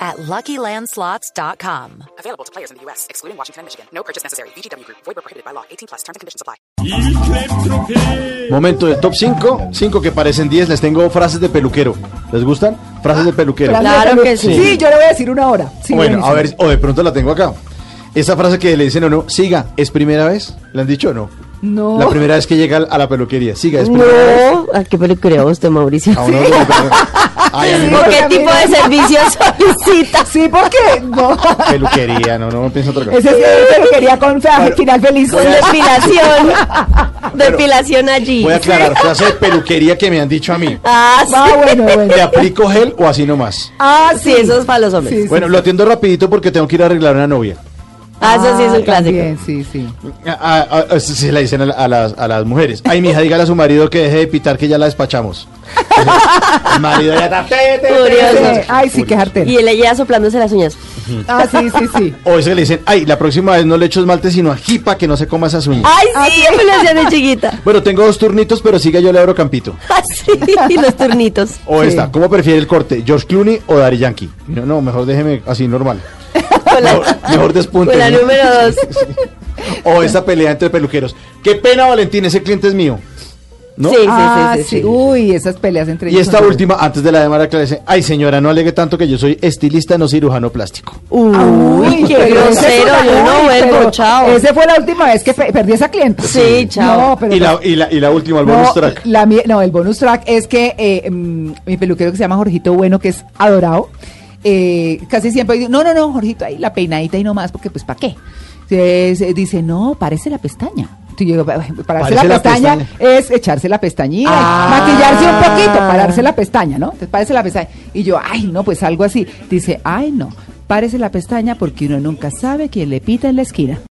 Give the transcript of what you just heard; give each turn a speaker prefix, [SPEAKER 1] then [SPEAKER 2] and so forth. [SPEAKER 1] at LuckyLandSlots.com.
[SPEAKER 2] Available to players in the U.S., excluding Washington and Michigan. No purchase necessary. VGW Group. Void where prohibited by law. 18 plus. Terms and conditions apply.
[SPEAKER 3] Momento del top 5. 5 que parecen 10. Les tengo frases de peluquero. ¿Les gustan? Frases de peluquero.
[SPEAKER 4] Claro que sí.
[SPEAKER 5] Sí, yo le voy a decir una hora. Sí,
[SPEAKER 3] Bueno, a
[SPEAKER 5] buenísimo.
[SPEAKER 3] ver, o de pronto la tengo acá. Esa frase que le dicen o no, siga, ¿es primera vez? ¿Le han dicho o no?
[SPEAKER 5] No.
[SPEAKER 3] La primera vez que llega a la peluquería, siga, ¿es primera vez?
[SPEAKER 4] No, ¿a qué peluquería usted, Mauricio?
[SPEAKER 3] A uno no le preguntan. Ay, a mí
[SPEAKER 5] Sí,
[SPEAKER 3] no me
[SPEAKER 5] porque
[SPEAKER 4] ¿Qué
[SPEAKER 5] a mí
[SPEAKER 4] tipo
[SPEAKER 5] no-
[SPEAKER 4] de servicios solicita?
[SPEAKER 5] Sí, porque no.
[SPEAKER 3] peluquería, no, no, no pienso otra cosa.
[SPEAKER 5] Ese sí es peluquería con fa- final feliz.
[SPEAKER 4] Con depilación. Depilación allí.
[SPEAKER 3] Voy a aclarar, frase de peluquería que me han dicho a mí.
[SPEAKER 4] Ah, sí.
[SPEAKER 5] Ah, bueno, bueno.
[SPEAKER 3] ¿Le aplico gel o así nomás?
[SPEAKER 5] Ah,
[SPEAKER 4] Sí, eso es para los hombres.
[SPEAKER 5] Sí,
[SPEAKER 3] Bueno, lo atiendo rapidito porque tengo que ir a arreglar una novia.
[SPEAKER 4] Ah, eso sí es un
[SPEAKER 5] Ah,
[SPEAKER 4] clásico.
[SPEAKER 5] también, sí, sí.
[SPEAKER 3] A- a- a- se se la dicen a, la- a las, a las mujeres. Ay, mija, dígale a su marido que deje de pitar que ya la despachamos. El marido ya está. "Te, te, te".
[SPEAKER 4] Curioso.
[SPEAKER 5] Eh, Ay, sí, qué
[SPEAKER 4] Y
[SPEAKER 5] jartera.
[SPEAKER 4] él ella soplándose las uñas.
[SPEAKER 5] Ah, sí, sí, sí.
[SPEAKER 3] O se le dicen, ay, la próxima vez no le echo esmalte sino ajipa que no se coma esas uñas.
[SPEAKER 4] Ay,
[SPEAKER 5] Ah,
[SPEAKER 4] sí, me lo hacían de chiquita.
[SPEAKER 3] Bueno, tengo dos turnitos, pero siga yo le abro campito.
[SPEAKER 4] Así, y los turnitos.
[SPEAKER 3] O
[SPEAKER 5] Sí.
[SPEAKER 3] esta, ¿cómo prefiere el corte? ¿George Clooney o Daddy Yankee? No, no, mejor déjeme así normal.
[SPEAKER 4] Con la,
[SPEAKER 3] Mejor, mejor despunte.
[SPEAKER 4] con la número dos.
[SPEAKER 3] O esta pelea entre peluqueros. Qué pena, Valentín, ese cliente es mío. ¿No?
[SPEAKER 4] Sí, sí,
[SPEAKER 5] Ah,
[SPEAKER 4] sí, sí,
[SPEAKER 5] sí.
[SPEAKER 4] sí.
[SPEAKER 5] Uy, esas peleas entre
[SPEAKER 3] Y
[SPEAKER 5] ellos
[SPEAKER 3] esta
[SPEAKER 5] son-
[SPEAKER 3] última, antes de la demanda clara, dice, ay señora, no alegue tanto que yo soy estilista, no cirujano plástico.
[SPEAKER 4] Uy, qué
[SPEAKER 5] pero ese
[SPEAKER 4] grosero.
[SPEAKER 5] es una-
[SPEAKER 4] Yo no
[SPEAKER 5] Uy, pero
[SPEAKER 4] vuelvo, chao.
[SPEAKER 5] Esa fue la última vez que pe- perdí esa cliente.
[SPEAKER 4] Sí, chao.
[SPEAKER 5] No, pero. pues,
[SPEAKER 3] y, la, y, la, y la última, el
[SPEAKER 5] no,
[SPEAKER 3] bonus track.
[SPEAKER 5] la mie- no, el bonus track es que eh, mm, mi peluquero que se llama Jorgito Bueno, que es adorado, eh, casi siempre dice, no, no, no, Jorgito, ahí la peinadita y nomás, porque pues, ¿para qué? Entonces, eh, dice, no, parece la pestaña. Entonces yo digo, "Pa- pararse la,
[SPEAKER 3] Parece la
[SPEAKER 5] pestaña,
[SPEAKER 3] pestaña.
[SPEAKER 5] es echarse la pestañina, y
[SPEAKER 4] Ah.
[SPEAKER 5] maquillarse un poquito, pararse la pestaña, ¿no? Entonces parece la pestaña. Y yo, ay, no, pues algo así. Dice, ay, no, parece la pestaña porque uno nunca sabe quién le pita en la esquina.